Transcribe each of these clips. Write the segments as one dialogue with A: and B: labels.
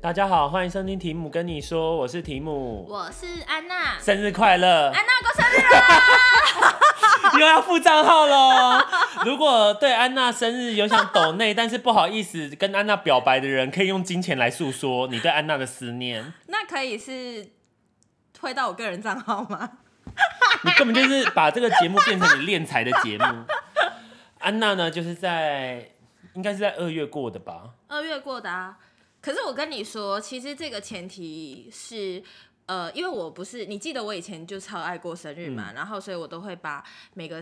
A: 大家好，欢迎收听提姆跟你说，我是提姆，
B: 我是安娜，
A: 生日快乐！
B: 安娜过生日了！
A: 又要付账号喽。 如果对安娜生日有想抖内，但是不好意思跟安娜表白的人，可以用金钱来诉说你对安娜的思念。
C: 那可以是推到我个人账号吗？
A: 你根本就是把这个节目变成你敛财的节目。 安娜呢，就是在应该是在二月过的吧？
B: 二月过的啊，可是我跟你说，其实这个前提是。呃，因为我不是，你记得我以前就超爱过生日嘛，
C: 嗯
B: 然后所以我都会把每个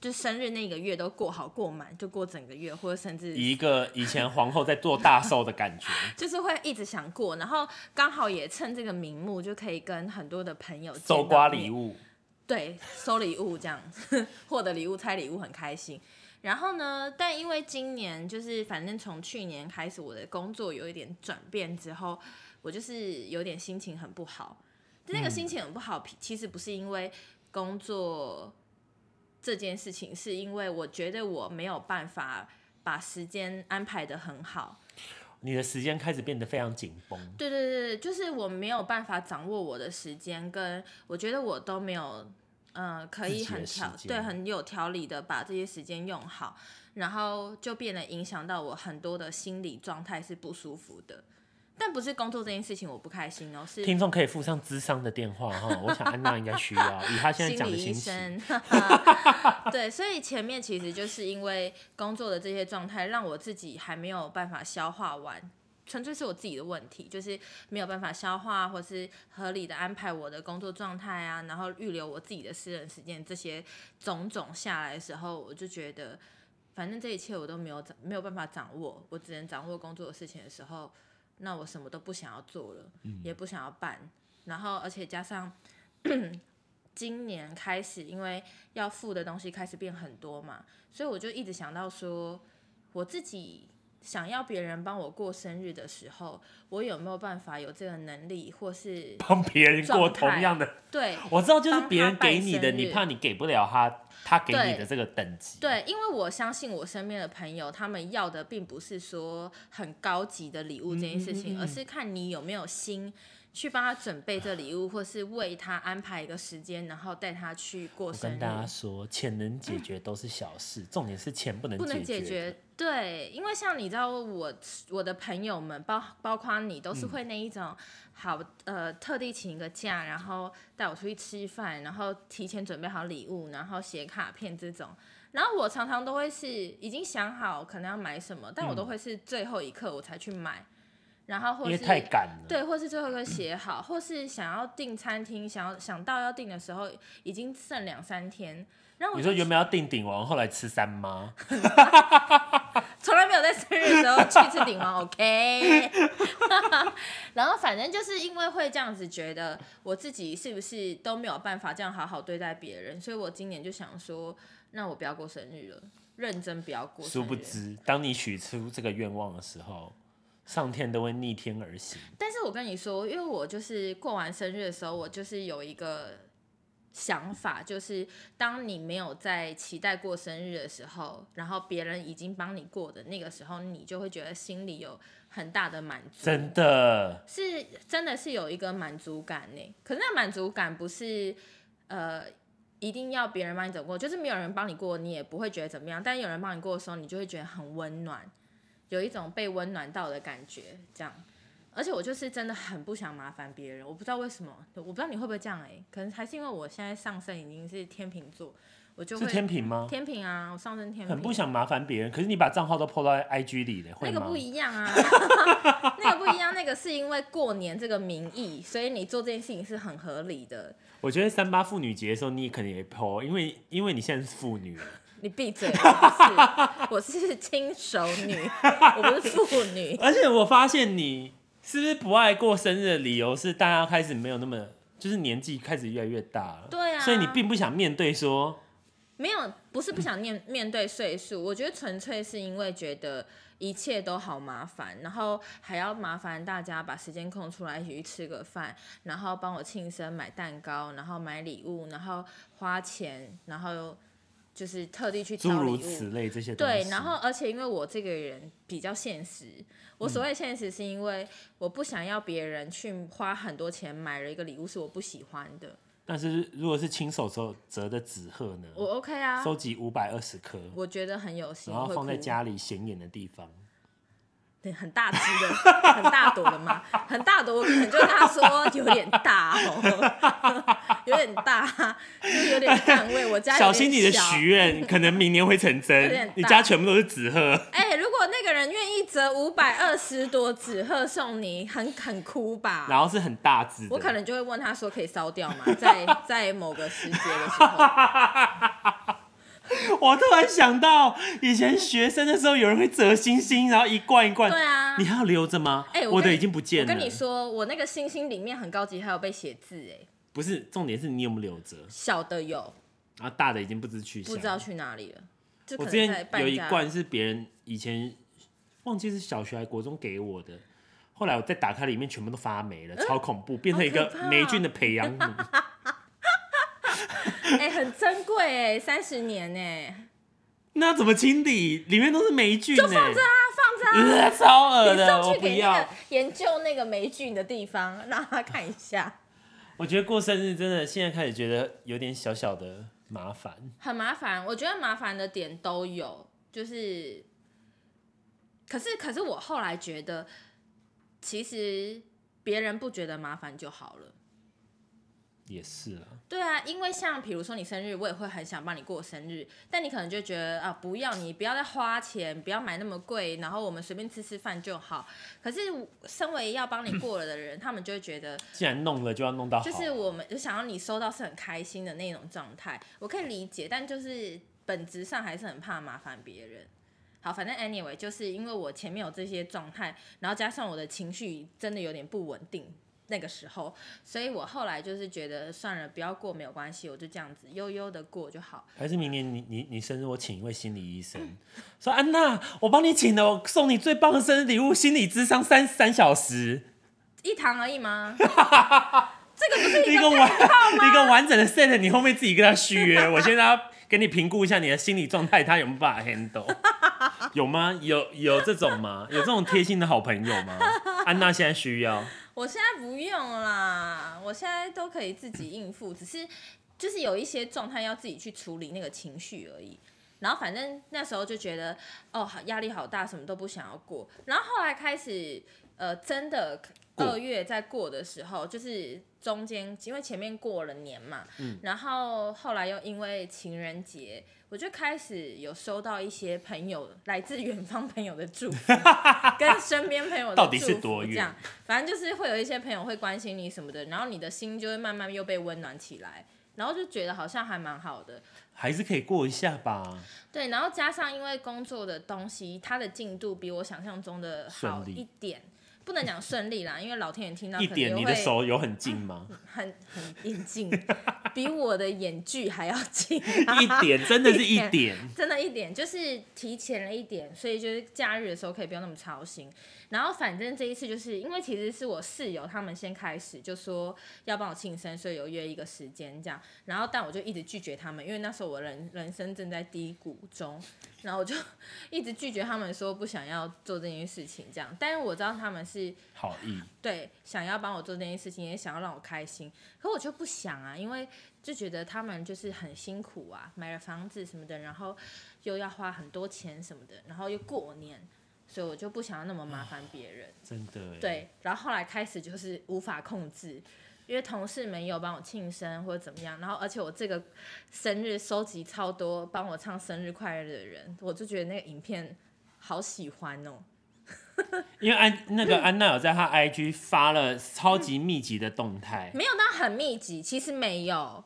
B: 就生日那个月都过好过满，就过整个月，或者甚至
A: 以一个以前皇后在做大寿的感 觉，
B: 就是会一直想过，然后刚好也趁这个名目就可以跟很多的朋友
A: 搜刮礼
B: 物，
A: 物。
B: 对，收礼物这样，获得礼物、拆礼物很开心。然后呢，但因为今年就是反正从去年开始我的工作有一点转变之后，我就是有点心情很不好。就那个心情很不好，其实不是因为工作这件事情，是因为我觉得我没有办法把时间安排的很好。
A: 你的时间开始变得非常紧绷。
B: 对对对，对就是我没有办法掌握我的时间，跟我觉得我都没有，嗯、可
A: 自
B: 以
A: 己的
B: 很
A: 时
B: 条
A: 间
B: 对很有条理的把这些时间用好，然后就变得影响到我很多的心理状态是不舒服的。但不是工作这件事情我不开心哦，是
A: 听众可以附上智商的电话哈，我想安娜应该需要，以她现在讲
B: 心
A: 的
B: 理
A: 心
B: 医
A: 情，
B: 生， 哈哈对，所以前面其实就是因为工作的这些状态，让我自己还没有办法消化完，纯粹是我自己的问题，就是没有办法消化，或是合理的安排我的工作状态啊，然后预留我自己的私人时间，这些种种下来的时候，我就觉得，反正这一切我都没有掌，没有办法掌握，我只能掌握工作的事情的时候，那我什么都不想要做了，
A: 嗯
B: 也不想要办，然后而且加上。 今年开始，因为要付的东西开始变很多嘛，所以我就一直想到说，我自己想要别人帮我过生日的时候，我有没有办法有这个能力，或是
A: 帮别人过同样的。
B: 对
A: 我知道，就是别人给你的，
B: 帮她办生日
A: 你怕你给不了他，他给你的这个等级。
B: 对，因为我相信我身边的朋友，他们要的并不是说很高级的礼物这件事情，
A: 嗯
B: 而是看你有没有心。去帮他准备这礼物，或是为他安排一个时间，然后带他去过
A: 我
B: 生日。
A: 跟大家说，钱能解决都是小 事，重点是钱不能
B: 不能
A: 解
B: 解决。对，因为像你知道我我的朋友们，包包括你，都
A: 嗯
B: 是会那一种、好呃，特地请一个假，然后带我出去吃饭，然后提前准备好礼物，然后写卡片这种。然后我常常都会是已经想好可能要买什么，但我都会是最后一刻我才去买，然后或
A: 嗯因为
B: 是
A: 太赶了。
B: 对，或是最后一个写好，或是想要订餐厅，想要想到要订的时候已经剩两三天，然后我
A: 你
B: 就
A: 说原本要定鼎王，后来吃三妈，
B: 从来没有在生日的时候去吃顶王 ，OK。然后反正就是因为会这样子觉得我自己是不是都没有办法这样好好对待别人，所以我今年就想说，那我不要过生日了，认真不要过生
A: 殊不
B: 日。
A: 知当你许出这个愿望的时候，上天都会逆天而行。
B: 但是我跟你说，因为我就是过完生日的时候，我就是有一个想法，就是当你没有在期待过生日的时候，然后别人已经帮你过的那个时候，你就会觉得心里有很大的满足。
A: 真的，
B: 是真的是有一个满足感呢。可是那满足感不是呃一定要别人帮你走过，就是没有人帮你过，你也不会觉得怎么样。但有人帮你过的时候，你就会觉得很温暖，有一种被温暖到的感觉。这样，而且我就是真的很不想麻烦别人，我不知道为什么，我不知道你会不会这样哎、可能还是因为我现在上升已经是天秤座，我就是会
A: 天平吗？
B: 天秤啊，我上升天
A: 很
B: 秤，
A: 不想麻烦别人，可是你把账号都 PO 到 IG 里了，会
B: 那
A: 吗？
B: 个不一 样啊，那个不一样，那个是因为过年这个名义，所以你做这件事情是很合理的。
A: 我觉得三八妇女节的时候，你可能也 PO，因为因为你现在是妇女，
B: 你闭嘴，我不是，我是亲手女，我不是妇女。
A: 而且我发现你是不是不爱过生日的理由是大家开始没有那么，就是年纪开始越来越大了，
B: 对啊
A: 所以你并不想面对说，
B: 没有，不是不想面面对岁数，我觉得纯粹是因为觉得一切都好麻烦，然后还要麻烦大家把时间空出来一起去吃个饭，然后帮我庆生买蛋糕，然后买礼物，然后花钱，然后就是特地去
A: 诸
B: 挑礼
A: 如
B: 物。
A: 此类这些东西。
B: 对，然后而且因为我这个人比较现实，我
A: 嗯
B: 所谓现实是因为我不想要别人去花很多钱买了一个礼物是我不喜欢的，
A: 但是如果是亲手折折的纸鹤呢？
B: 我 OK 啊，
A: 收集五百二十颗，
B: 我觉得很有心，
A: 然后
B: 会
A: 放在
B: 哭
A: 家里显眼的地方。
B: 对，很大只的，很大朵的嘛，很大朵，我可能就跟 他说有点大哦， 有点大，就是有点占位。我家有
A: 小
B: 点
A: 心你的
B: 小
A: 许愿，可能明年会成
B: 有点
A: 真。
B: 大
A: 你家全部都是纸鹤，
B: 哎、如果那个人愿意折五百二十朵纸鹤送你，很很哭吧？
A: 然后是很大只的。
B: 我可能就会问他说可以烧掉 吗？在在某个时节的时候，
A: 我突然想到，以前学生的时候，有人会折星星，然后一罐一罐。
B: 对啊
A: 你。还要留着吗？
B: 哎、
A: 我
B: 跟
A: 的
B: 你
A: 已经不见了。
B: 我跟你说，我那个星星里面很高级，还有被写字、哎，
A: 不是重点是你有没有留着，
B: 小的有，
A: 然后大的已经不知去向。
B: 不知道去哪里了。就可
A: 我
B: 能
A: 之
B: 在
A: 前
B: 半
A: 有一
B: 价
A: 罐是别人以前忘记是小学还是国中给我的，后来我再打开里面全部都发霉了，超恐怖，变成一
B: 嗯好可怕啊
A: 个霉菌的培养 皿。
B: 哎、很珍贵哎、三十年哎、
A: 那怎么清理？里面都是霉菌、欸，就放着
B: 啊，放着、啊。
A: 呃，超恶
B: 你
A: 的，
B: 送
A: 我
B: 去
A: 不
B: 给那
A: 要
B: 个。研究那个霉菌的地方，让他看一下，
A: 我觉得过生日真的现在开始觉得有点小小的麻烦。
B: 很麻烦。我觉得麻烦的点都有，就是，可是可是我后来觉得，其实别人不觉得麻烦就好了。
A: 也是啊，
B: 对啊，因为像比如说你生日，我也会很想帮你过生日，但你可能就觉得啊，不要你不要再花钱，不要买那么贵，然后我们随便吃吃饭就好。可是我身为要帮你过了的人，他们就会觉得，
A: 既然弄了就要弄到好。
B: 就是我们就想要你收到是很开心的那种状态，我可以理解，但就是本质上还是很怕麻烦别人。好，反正 anyway，就是因为我前面有这些状态，然后加上我的情绪真的有点不稳定，那个时候，所以我后来就是觉得算了，不要过没有关系，我就这样子悠悠的过就好。
A: 还是明年你你你生日，我请一位心理医生，说安娜，我帮你请了，我送你最棒的生日礼物，心理智商三三小时，
B: 一堂而已吗？这个不是一
A: 一
B: 个
A: 个完一个完整的 set，你后面自己跟他续约，我现在要给你评估一下你的心理状态，他有没有办法 handle，有 吗？有有这种吗？有这种贴心的好朋友吗？安娜现在需要，
B: 我现在不用啦，我现在都可以自己应付，只是就是有一些状态要自己去处理那个情绪而已。然后反正那时候就觉得哦，好压力好大，什么都不想要过。然后后来开始呃，真的
A: 过
B: 二月在过的时候，就是中间因为前面过了年嘛，
A: 嗯
B: 然后后来又因为情人节，我就开始有收到一些朋友来自远方朋友的 祝福，跟身边朋友的
A: 到底是
B: 祝福
A: 多
B: 这
A: 远
B: 样。反正就是会有一些朋友会关心你什么的，然后你的心就会慢慢又被温暖起来，然后就觉得好像还蛮好的。
A: 还是可以过一下吧。
B: 对，然后加上因为工作的东西，它的进度比我想象中的好
A: 顺利
B: 一点，不能讲顺利啦，因为老天爷听到
A: 一
B: 可能也
A: 点，你
B: 会
A: 的手有很近 吗？
B: 很很眼近，比我的眼距还要近、
A: 一点，真的是一
B: 一
A: 点。
B: 真的一点，就是提前了一点，所以就是假日的时候可以不用那么操心。然后反正这一次就是因为其实是我室友他们先开始就说要帮我庆生，所以有约一个时间这样。然后但我就一直拒绝他们，因为那时候我人人生正在低谷中，然后我就一直拒绝他们说不想要做这件事情这样。但是我知道他们是
A: 好意，
B: 对，想要帮我做这件事情，也想要让我开心，可我就不想啊，因为就觉得他们就是很辛苦啊，买了房子什么的，然后又要花很多钱什么的，然后又过年，所以我就不想要那么麻烦别人。
A: 真的耶，
B: 对，然后后来开始就是无法控制，因为同事们也有帮我庆生或者怎么样，然后而且我这个生日收集超多帮我唱生日快乐的人，我就觉得那个影片好喜欢哦。
A: 因为安那个安娜有在她 IG 发了超级密集的动态，
B: 嗯没有到很密集，其实没有，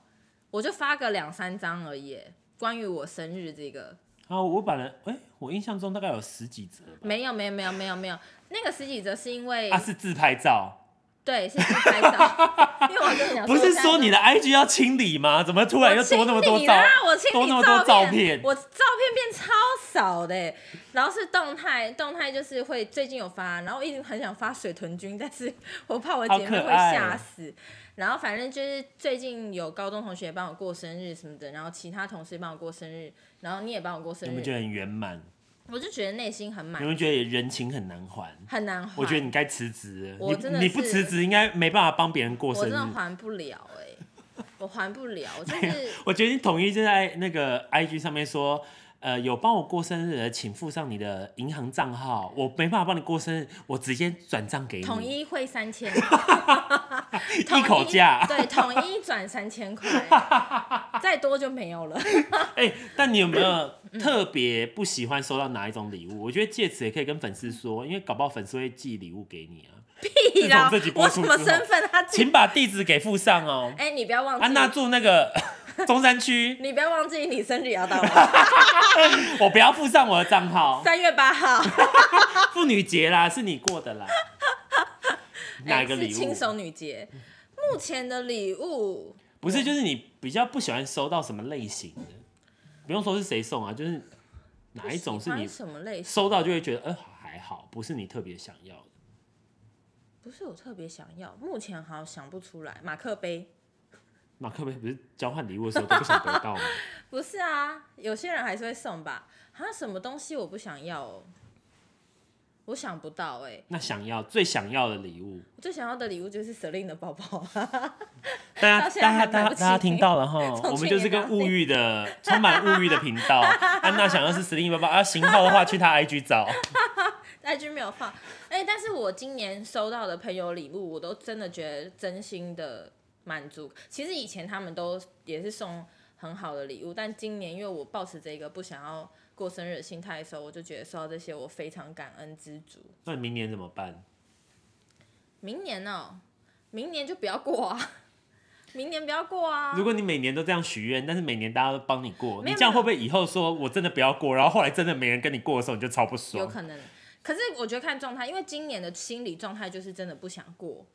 B: 我就发个两三张而已。关于我生日这个，
A: 然后我把人，哎、我印象中大概有十几折吧，
B: 没有没有没有没有没有，那个十几则是因为、
A: 啊是自拍照，
B: 对是去拍 照，因为我跟你讲，
A: 不是说你的
B: 的
A: IG 要清理吗？怎么突 然又多那么多照？
B: 啦，我清理
A: 多那么多照片
B: 我照片变超少的欸，然后是动态，动态就是会最近有发，然后我一直很想发水豚君，但是我怕我姐妹
A: 好可
B: 会
A: 爱
B: 吓死，然后反正就是最近有高中同学帮我过生日什么的，然后其他同事帮我过生日，然后你也帮我过生
A: 你们觉
B: 日，
A: 得很圆
B: 啊
A: 满？
B: 我就觉得内心很满
A: 你，们觉得人情很难还？
B: 很难还。
A: 我觉得你该辞职了，
B: 我真的
A: 你你不
B: 是
A: 辞职应该没办法帮别人过
B: 我
A: 生
B: 真的
A: 日。
B: 还不了哎、我还不了，我就是。
A: 我决定统一就在那个 IG 上面说，呃，有帮我过生日的，请附上你的银行账号。我没办法帮你过生日，我直接转账给你。
B: 统一汇三千，
A: 一口 价
B: 对，统一转三 千块，再多就没有了。
A: 哎、但你有没有
B: 嗯
A: 特别不喜欢收到哪一种礼物？我觉得借此也可以跟粉丝
B: 嗯
A: 说，因为搞不好粉丝会寄礼物给你啊。
B: 屁
A: 自从
B: 啦
A: 这集播
B: 我
A: 出
B: 什
A: 之后
B: 么身份？他自己
A: 请把地址给附上哦。
B: 哎、你不要忘记，
A: 安娜住那 个中山区，
B: 你不要忘记你生日也要 到了，
A: 我不要附上我的账 号。
B: 三月八号，
A: 妇女节啦，是你过 的啦。 哪一个
B: 哎是
A: 礼物
B: 轻？手女节。目前的礼物，
A: 不是，就是你比较不喜欢收到什么类型的，不用说是谁送啊，就是哪一种是
B: 喜欢
A: 你
B: 什么类型？
A: 收到就会觉得，呃，还好，不是你特别想要的。
B: 不是我特别想要，目前好像想不出来。马克杯
A: 马克杯不是交换礼物的时候都不想得到吗？
B: 不是啊，有些人还是会送吧。像什么东西我不想要哦，我想不到哎、
A: 那想要最想要的礼物，
B: 我最想要的礼物就是 Celine 的包包，
A: 大家
B: 到现在
A: 大家
B: 还
A: 大
B: 买
A: 家
B: 不起
A: 大家听到了哈，
B: 从
A: 我们
B: 去
A: 就是个
B: 年到
A: 物欲的充满物欲的频道。安娜想要是 Slim 包包，啊，型号的话去她 IG 找。
B: IG 没有放。哎、但是我今年收到的朋友礼物，我都真的觉得真心的满足。其实以前他们都也是送很好的礼物，但今年因为我抱持这个不想要过生日的心态的时候，我就觉得收到这些我非常感恩知足。
A: 那明年怎么办？
B: 明年哦、明年就不要过啊，明年不要过啊
A: 如。果你每年都这样许愿，但是每年大家都帮你过，你
B: 没有
A: 这样
B: 没
A: 会
B: 有
A: 不会以后说我真的不要过，然后后来真的没人跟你过的时候，你就超不
B: 有
A: 爽？
B: 可能。可是我觉得看状态，因为今年的心理状态就是真的不想过，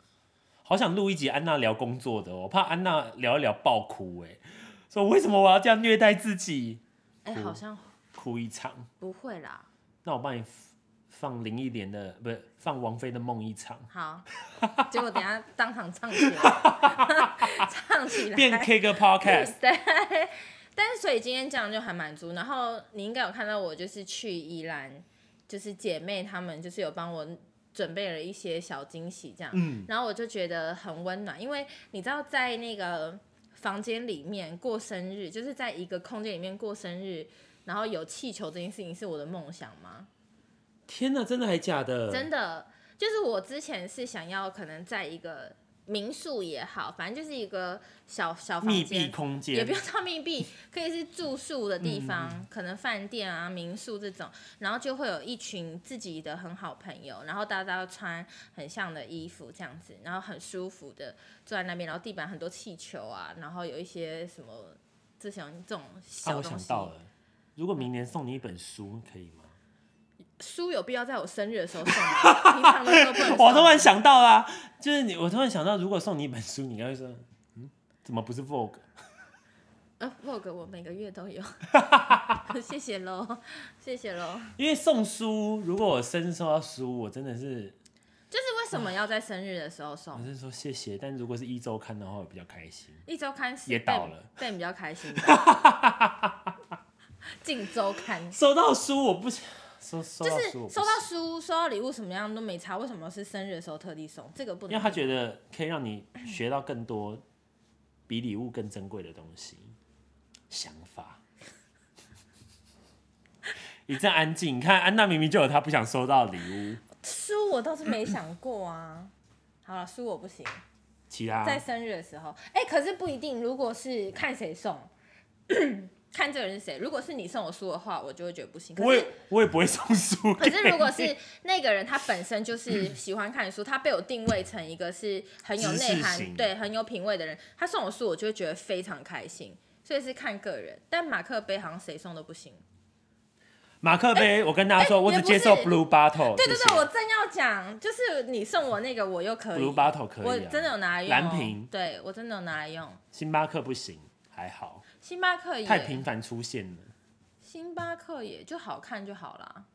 A: 好想录一集安娜聊工作的哦，我怕安娜聊一聊爆哭哎、说为什么我要这样虐待自己，
B: 哎、
A: 哭
B: 好像
A: 哭一场。
B: 不会啦。
A: 那我帮你放林忆莲的，不是放王菲的梦一场，
B: 好， 结果等一下当场唱 起来，唱起来。
A: 变 K 歌 Podcast。
B: 对，但是所以今天这样就还满足。然后你应该有看到我就是去宜兰，就是姐妹她们就是有帮我准备了一些小惊喜这样，
A: 嗯
B: 然后我就觉得很温暖，因为你知道在那个房间里面过生日，就是在一个空间里面过生日。然后有气球这件事情是我的梦想吗？
A: 天哪，真的还假的？
B: 真的，就是我之前是想要可能在一个民宿也好，反正就是一个小小房
A: 密
B: 间
A: 闭空
B: 也
A: 间啊嗯
B: 不，用到密闭，可以是住宿的地方，可能饭店啊、民宿这种，然后就会有一群自己的很好朋友，然后大家都穿很像的衣服这样子，然后很舒服的坐在那边，然后地板很多气球啊，然后有一些什么这种这种
A: 啊，
B: 小
A: 我
B: 东
A: 想
B: 西。
A: 到了，如果明年送你一本书，可以吗？
B: 书有必要在我生日的时候送吗？ 平常的时候不能送。
A: 我突然，想到啦，就是你，我突然想到，如果送你一本书，你应该会说，嗯，怎么不是 Vogue？
B: 呃，Vogue 我每个月都 有，谢谢喽，谢谢喽。
A: 因为送书，如果我生日收到书，我真的是，
B: 就是为什么要在生日的时候
A: 我
B: 送？
A: 是说谢谢。但如果是一周刊的话，我比较开心。
B: 一周刊是
A: 也
B: 被
A: 倒了，
B: 被比较开心的。 近周刊
A: 收到书，我不收收
B: 就
A: 到
B: 是
A: 书我不
B: 收到书、收到礼物什么样都没差，为什么是生日的时候特地送？这个不
A: 因为他
B: 能。
A: 觉得可以让你学到更多比礼物更珍贵的东西，想法。 一阵安静，你看安娜明明就有她不想收到的礼物，
B: 书我倒是没想过 啊。好了，书我不行，
A: 其他
B: 在生日的时候，哎、可是不一定，如果是看谁送。 看这个人是谁，如果是你送我书的话，我就会觉得不行。可
A: 我
B: 是
A: 也我也不会送书给
B: 可
A: 你。
B: 是 如果是那个人，他本身就是喜欢看书，他被我定位成一个是很有内
A: 知识型
B: 涵、对很有品味的人，他送我书，我就会觉得非常开心。所以是看个人，但马克杯好像谁送都不行。
A: 马克杯，我跟大家说，
B: 哎
A: 我只
B: 也不
A: 接受
B: 是
A: Blue Bottle 哦谢
B: 对
A: 谢。
B: 对对，我正要讲，就是你送我那个，我又可以。
A: Blue Bottle 可以啊
B: 我真的有拿来用。
A: 蓝瓶
B: 对我真的有拿来用。
A: 星巴克不行，还好，
B: 星巴克也，
A: 太频繁出现了。
B: 星巴克也就好看就好啦。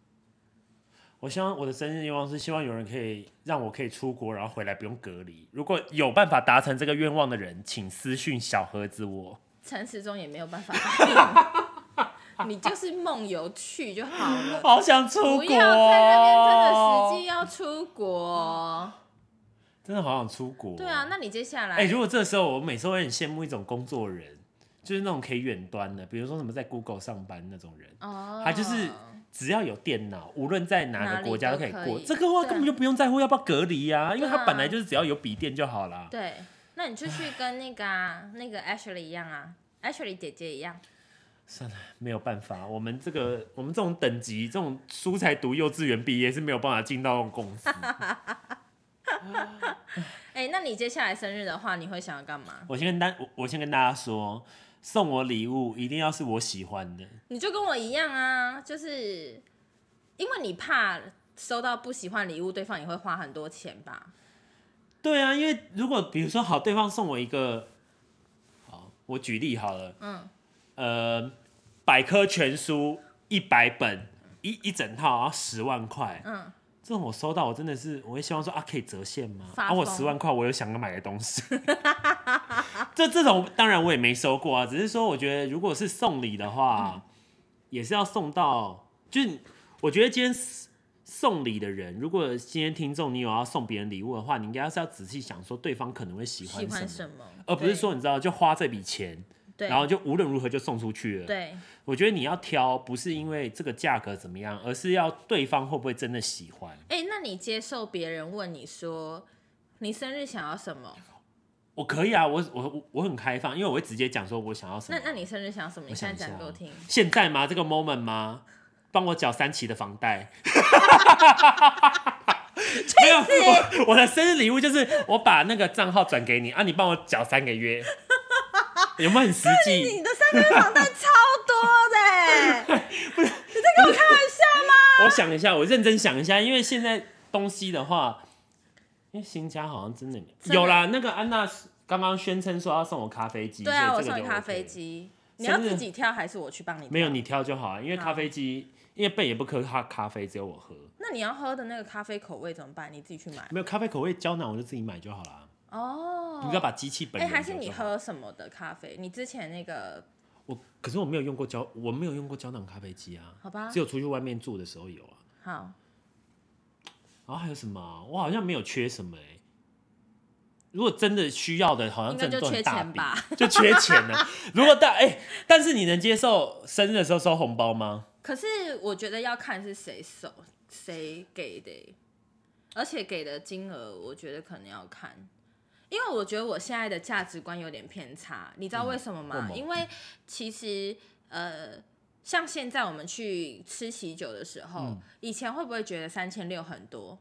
A: 我希望我的生日愿望是希望有人可以让我可以出国，然后回来不用隔离。如果有办法达成这个愿望的人，请私讯小盒子 我。
B: 陈时中也没有办法 答应你就是梦游去就好了，
A: 好想出国、哦，
B: 不要在那边真的实际要出国。
A: 真的好想出国、哦
B: 对啊，，那你接下来，
A: 哎、如果这时候我每次会很羡慕一种工作人，就是那种可以远端的，比如说什么在 Google 上班那种人，
B: 哦，
A: 他就是只要有电脑，无论在哪
B: 哪
A: 个
B: 里
A: 国家都可以
B: 都可
A: 过。
B: 以
A: 这个话
B: 对啊
A: 根本就不用在乎要不要隔离啊，因为
B: 对啊
A: 他本来就是只要有笔电就好啦。
B: 对，那你就去跟那个啊，那个 Ashley 一样啊，Ashley 姐姐一样，
A: 没有办法，我们这个我们这种等级，这种书才读幼稚园毕业是没有办法进到那种公 司。
B: 哎、那你接下来生日的话，你会想要干嘛？
A: 我先跟大我我先跟大家说，送我礼物一定要是我喜欢的。
B: 你就跟我一样啊，就是因为你怕收到不喜欢礼物，对方也会花很多钱吧？
A: 对啊，因为如果比如说好，对方送我一个，好，我举例好了，
B: 嗯，
A: 呃，百科全书一百本一一整套，然后十万块，
B: 嗯，
A: 这种我收到我真的是我会希望说啊，可以折现吗？
B: 发
A: 啊，我
B: 疯
A: 十万块我有想要买的东西， 这这种当然我也没收过啊，只是说我觉得如果是送礼的
B: 嗯
A: 话，也是要送到，就是我觉得今天送礼的人，如果今天听众你有要送别人礼物的话，你应该是要仔细想说对方可能会喜欢
B: 喜
A: 什么，
B: 欢什么？
A: 而哦不是说你知道就花这笔钱，
B: 对，
A: 然后就无论如何就送出去了。
B: 对
A: 我觉得你要挑，不是因为这个价格怎么样，而是要对方会不会真的喜欢。
B: 哎、那你接受别人问你说你生日想要什么？
A: 我可以啊，我我我我很开放，因为我会直接讲说我想要什么
B: 那。那你生日想要什么？你
A: 我想
B: 现
A: 一
B: 在
A: 下
B: 讲
A: 啊
B: 给我听。
A: 现在吗？这个 moment 吗？帮我缴三期的房贷。 没有，我我的生日礼物就是我把那个账号转给你啊，你帮我缴三个 月，有没有很实际？
B: 你的三个月房贷超多的、欸，
A: 我想一下，我认真想一下，因为现在东西的话，因为新家好像真的
B: 真的
A: 有啦。那个安娜刚刚宣称说要送我咖啡机，
B: 对啊，
A: 所
B: 我
A: 以这个
B: 送你
A: 就
B: 咖
A: OK
B: 啡机，你要
A: 生日
B: 自己挑还是我去帮你？
A: 没有，你挑就好啊，因为
B: 好
A: 咖啡机，因为贝也不喝咖咖啡，只有我喝。
B: 那你要喝的那个咖啡口味怎么办？你自己去买
A: 没有咖啡口味胶囊，我就自己买就好啦。
B: 哦。
A: 你只要把机器本
B: 哎、
A: 人
B: 还
A: 留
B: 是
A: 就
B: 你
A: 好？
B: 喝什么的咖啡？你之前那个
A: 我可是我没有用过胶，我没有用过胶囊咖啡机啊。
B: 好吧
A: 只有出去外面住的时候有啊。
B: 好，
A: 然后还有什么啊、我好像没有缺什么哎、如果真的需要的，好像
B: 应该
A: 真的
B: 就
A: 都
B: 缺
A: 很大
B: 钱
A: 笔，
B: 吧？
A: 就缺钱呢、 如果大哎、但是你能接受生日的时候收红包吗？
B: 可是我觉得要看是谁收谁给的欸，而且给的金额，我觉得可能要看。因为我觉得我现在的价值观有点偏差，你知道为什么
A: 为什
B: 吗？
A: 么
B: 因为其实呃，像现在我们去吃喜酒的时候，
A: 嗯
B: 以前会不会觉得三千六很多？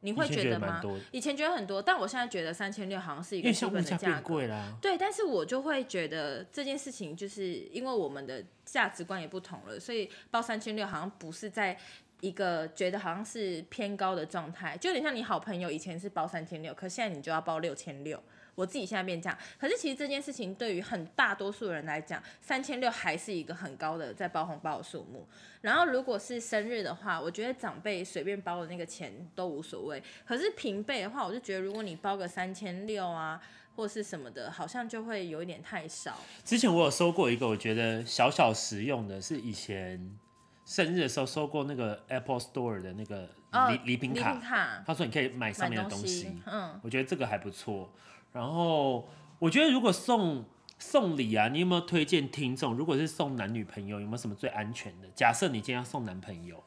B: 你会
A: 以前
B: 觉
A: 觉
B: 得
A: 得蛮
B: 吗
A: 多的？
B: 以前觉得很多，但我现在觉得三千六好像是一
A: 因
B: 个
A: 为
B: 基
A: 像物
B: 本的
A: 价
B: 价
A: 变
B: 格。
A: 贵啦。
B: 对，但是我就会觉得这件事情，就是因为我们的价值观也不同了，所以报三千六好像不是在一个觉得好像是偏高的状态，就有点像你好朋友以前是报三千六，可现在你就要报六千六。我自己现在变这样，可是其实这件事情对于很大多数人来讲，三千六还是一个很高的在包红包的数目。然后如果是生日的话，我觉得长辈随便包的那个钱都无所谓。可是平辈的话，我就觉得如果你包个三千六啊，或是什么的，好像就会有一点太少。
A: 之前我有收过一个，我觉得小小实用的，是以前生日的时候收过那个 Apple Store 的那个礼礼品
B: 哦礼品
A: 卡，
B: 卡，
A: 他说你可以买上面
B: 买
A: 的东
B: 西
A: 西，，
B: 嗯，
A: 我觉得这个还不错。然后我觉得如果送送礼啊，你有没有推荐听众？如果是送男女朋友，有没有什么最安全的？假设你今天要送男朋友，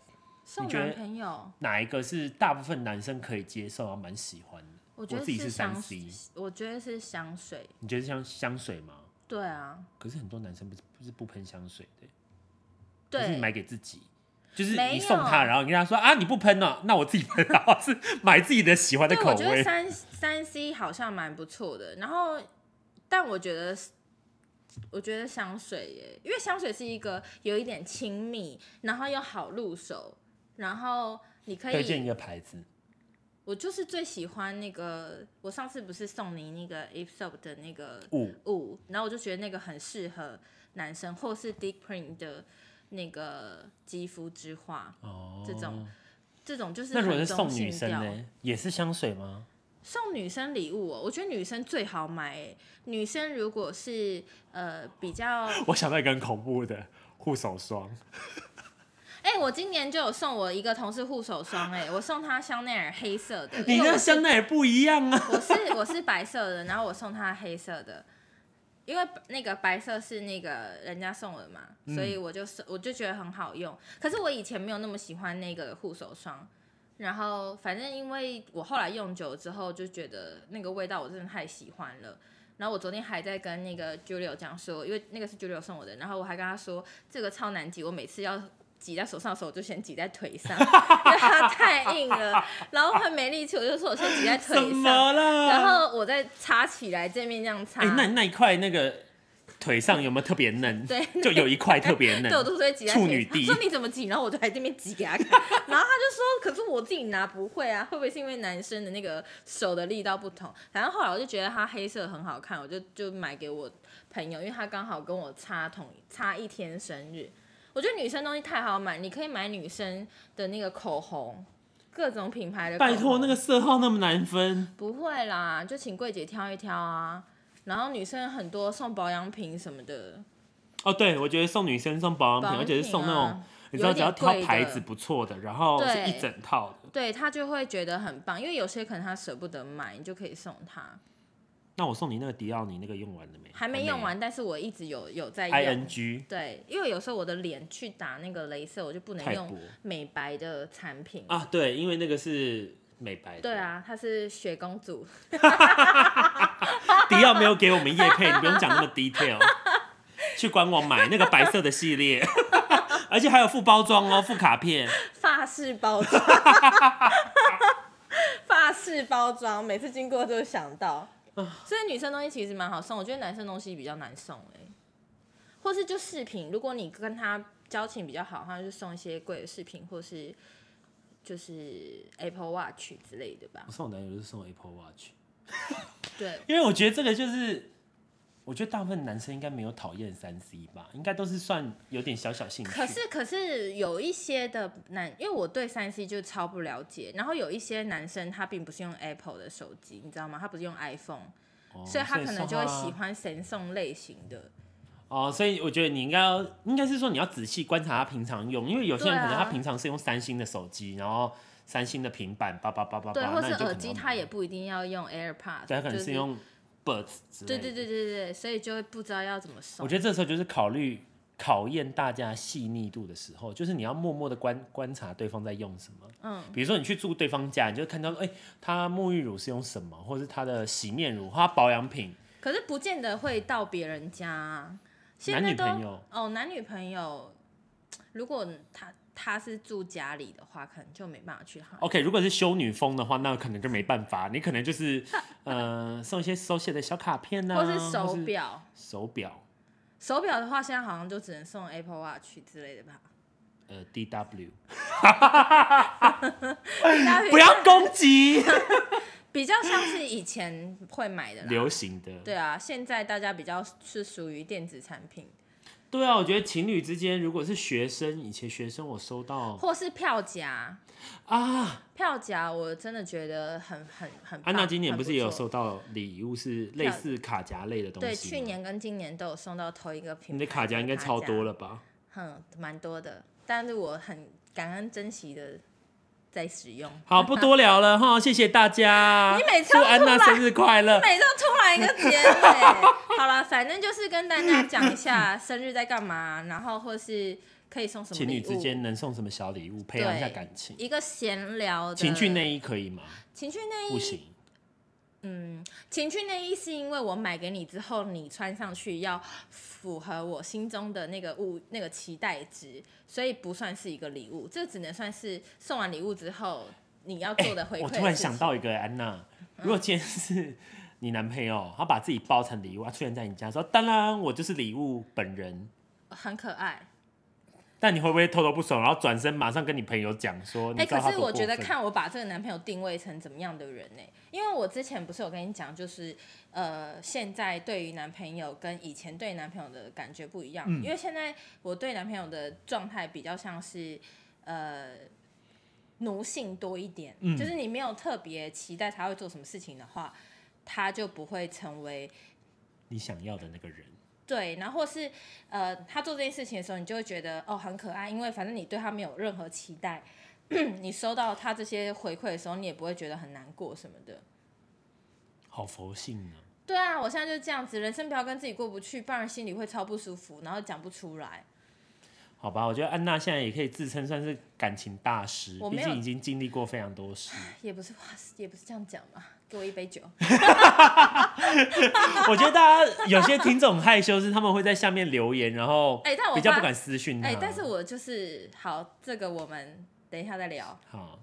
B: 送
A: 你觉得
B: 男朋友，
A: 哪一个是大部分男生可以接受，然后蛮喜欢的？
B: 我觉得
A: 自己是
B: 香
A: 三 C，
B: 我觉得是香水，
A: 你觉得像香水吗？
B: 对啊，
A: 可是很多男生不是不是不喷香水的。还是你
B: 对，
A: 买给自己，就是
B: 没
A: 你送他，
B: 有
A: 然后你跟他说啊，你不喷哦，那我自己喷， 然后是买自己的喜欢的
B: 对，
A: 口
B: 我觉得
A: 味。
B: 三三 C 好像蛮不错的。然后，但我觉得，我觉得香水耶，因为香水是一个有一点亲密，然后又好入手，然后你可
A: 推荐
B: 以，
A: 一个牌子，
B: 我就是最喜欢那个，我上次不是送你那个 e p s o p 的那个
A: 五
B: 物，然后我就觉得那个很适合男生，或是 Dick Print 的那个肌肤之画
A: 哦
B: 这种。这种就是
A: 那如果
B: 很
A: 是
B: 中
A: 送
B: 性
A: 女生
B: 调
A: 呢？也是香水吗？
B: 送女生礼物、哦，我觉得女生最好买、欸。女生如果是呃 比较，
A: 我想到一个很恐怖的护手霜，
B: 哎、我今年就有送我一个同事护手霜、欸，哎，我送她香奈儿黑色的，
A: 你
B: 因为
A: 那
B: 我是
A: 香奈儿不一样啊。
B: 我是我是白色的，然后我送她黑色的，因为那个白色是那个人家送我的嘛，所以我就送我就觉得很好用。可是我以前没有那么喜欢那个护手霜。然后，反正因为我后来用久了之后，就觉得那个味道我真的太喜欢了。然后我昨天还在跟那个 Julio 讲说，因为那个是 Julio 送我的，然后我还跟他说这个超难挤，我每次要挤在手上的时候，我就先挤在腿上，因为它太硬了，然后很没力气，我就说我先挤在
A: 怎
B: 腿上，
A: 么 了？
B: 然后我再插起来，这面这样插。
A: 哎、那那一块那个腿上有没有特别嫩？
B: 对
A: 就有一块特别嫩
B: 对，。我都是会挤在
A: 处
B: 腿
A: 女
B: 上
A: 地
B: 说你怎么挤，然后我就还这边挤给他看，然后他就说，可是我自己拿不会啊，会不会是因为男生的那个手的力道不同？反正后来我就觉得它黑色很好看，我就就买给我朋友，因为他刚好跟我差同差一天生日。我觉得女生东西太好买，你可以买女生的那个口红，各种品牌的口
A: 拜
B: 红。
A: 托，那个色号那么难分，
B: 不会啦，就请柜姐挑一挑啊。然后女生很多送保养品什么的，
A: 哦，对，我觉得送女生送保养品，
B: 保养
A: 而且是送那
B: 品
A: 种
B: 啊
A: 你知道
B: 有
A: 只要
B: 点
A: 挑
B: 贵的
A: 牌子不错的，然后是
B: 对
A: 一整套的。
B: 对她就会觉得很棒，因为有些可能她舍不得买，你就可以送她。
A: 那我送你那个迪奥，你那个用完了没？
B: 还没用。完，但是我一直有有在用。
A: ing
B: 对，因为有时候我的脸去打那个镭射，我就不能
A: 太
B: 用
A: 薄
B: 美白的产品。
A: 啊，对，因为那个是美白的。
B: 对，啊，她是雪公主，
A: 迪奥没有给我们叶配，你不用讲那么 detail。去官网买那个白色的系列， 而且还有附包装哦，附卡片。
B: 发饰包装， 发饰包装，每次经过都会想到。所以女生东西其实蛮好送，我觉得男生东西比较难送哎、或是就饰品，如果你跟他交情比较好，他就送一些贵的饰品，或是就是 Apple Watch 之类的吧
A: 我。送我男友就是送 Apple Watch，
B: 对，
A: 因为我觉得这个就是，我觉得大部分男生应该没有讨厌三 C 吧，应该都是算有点小小兴趣。
B: 可是可是有一些的男，因为我对三 C 就超不了解，然后有一些男生他并不是用 Apple 的手机，你知道吗？他不是用 iPhone，
A: 哦，
B: 所以他可
A: 送
B: 能就
A: 他
B: 会喜欢神送类型的。
A: 哦，所以我觉得你应该要，应该是说你要仔细观察他平常用，因为有些人
B: 对啊
A: 可能他平常是用三星的手机，然后三星的平板，叭叭叭叭叭，
B: 对，或
A: 那
B: 是
A: 你就
B: 耳
A: 可能
B: 机，
A: 要
B: 他也不一定要用 AirPods，
A: 对，他可能
B: 就是
A: 用 Buds 之类
B: 对
A: 的。
B: 对对对对，所以就会不知道要怎么送。
A: 我觉得这时候就是考虑考验大家细腻度的时候，就是你要默默的观观察对方在用什么。
B: 嗯，
A: 比如说你去住对方家，你就看到哎、他沐浴乳是用什么，或者是他的洗面乳、他保养品，
B: 可是不见得会到别人家、啊，现
A: 男
B: 在
A: 女
B: 都
A: 朋友
B: 哦，男女朋友，如果他他是住家里的话，可能就没办法去他。
A: OK，如果是修女风的话，那可能就没办法，你可能 就是呃送一些手写的小卡片呐、啊，
B: 或是手、表，
A: 手表，
B: 手表的话，现在好像就只能送 Apple Watch 之类 的吧。
A: 呃 DW，
B: 大家
A: 不要攻击，
B: 比较像是以前会买的啦。
A: 流行的。
B: 对啊，现在大家比较是属于电子产品，
A: 对啊，我觉得情侣之间，如果是学生，以前学生我收到
B: 或是票夹。
A: 啊，
B: 票夹我真的觉得很很很棒。
A: 安娜啊今年不是也有
B: 很
A: 收
B: 错？
A: 到礼物是类似卡夹类的东西吗？
B: 对，去年跟今年都有送到同一个品牌。
A: 你的卡夹应该超多
B: 了，
A: 了吧？
B: 嗯，蛮多的。但是我很感恩珍惜的在使用。
A: 好，不多聊了哈，谢谢大家。
B: 你每次
A: 祝
B: 都
A: 安娜
B: 出来
A: 生日快乐。
B: 每周突然一个 结尾，好了，反正就是跟大家讲一下生日在干嘛，然后或是可以送什么
A: 情侣
B: 礼物。
A: 之间能送什么小礼物，培养一下感情？
B: 一个闲聊的
A: 情趣，内衣可以吗？
B: 情趣内
A: 不
B: 衣
A: 行。
B: 嗯，情趣内衣是因为我买给你之后，你穿上去要符合我心中的那个物那个期待值，所以不算是一个礼物，这只能算是送完礼物之后你要做的回馈、
A: 哎
B: 嗯
A: 我突然想，到一个安娜，如果今天是你男朋友，他把自己包成礼物，他出现在你家说：“当然，我就是礼物本人。
B: 很可爱。”
A: 但你会不会偷偷不爽，然后转身马上跟你朋友讲说：“你
B: 哎、
A: 知道
B: 可
A: 他
B: 是
A: 多过
B: 我觉
A: 分？”
B: 得看我把这个男朋友定位成怎么样的人呢、因为我之前不是有跟你讲，就是呃，现在对于男朋友跟以前对男朋友的感觉不一样，
A: 嗯
B: 因为现在我对男朋友的状态比较像是呃。奴性多一点，
A: 嗯
B: 就是你没有特别期待他会做什么事情的话，他就不会成为
A: 你想要的那个人。
B: 对，然后或是呃，他做这件事情的时候，你就会觉得哦很可爱，因为反正你对他没有任何期待， 你收到他这些回馈的时候，你也不会觉得很难过什么的。
A: 好佛性啊！
B: 对啊，我现在就是这样子，人生不要跟自己过不去，不然心里会超不舒服，然后讲不出来。
A: 好吧，我觉得安娜现在也可以自称算是感情大师，
B: 我
A: 毕
B: 没有
A: 竟已经经历过非常多事。
B: 也不是哇，也不是这样讲嘛，给我一 杯酒。
A: 我觉得大家有些听众很害羞，是他们会在下面留言，然后
B: 哎但我
A: 比较
B: 发
A: 不敢私讯他。
B: 哎、但是我就是好，这个我们等一下再聊。
A: 好，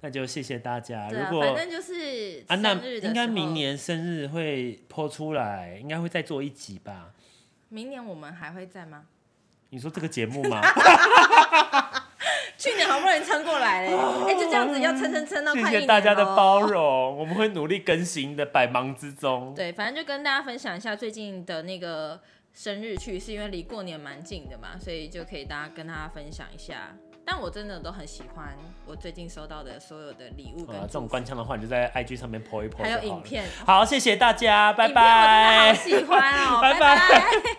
A: 那就谢谢大家。
B: 对啊，
A: 如果
B: 反正就是
A: 安娜
B: 生日的
A: 应该
B: 时候
A: 明，年生日会播出来，应该会再做一集吧？
B: 明年我们还会在吗？
A: 你说这个节目 吗？
B: 去年好不容易撑过来 嘞，哎、就这样子要撑撑撑到
A: 谢
B: 快一年哦
A: 谢大家的
B: 咯
A: 包容，我们会努力更新的，百忙之中。
B: 对，反正就跟大家分享一下最近的那个生日趣，是因为离过年蛮近的嘛，所以就可以大家跟大家分享一下。但我真的都很喜欢我最近收到的所有的礼物跟
A: 啊，这
B: 祝
A: 种
B: 福，
A: 官腔的话，你就在 IG 上面 po 一 po
B: 还
A: 就
B: 有
A: 好
B: 影
A: 了。
B: 片，
A: 好，谢谢大家，拜
B: 影片我真的好
A: 拜。
B: 喜欢哦，
A: 拜
B: 拜拜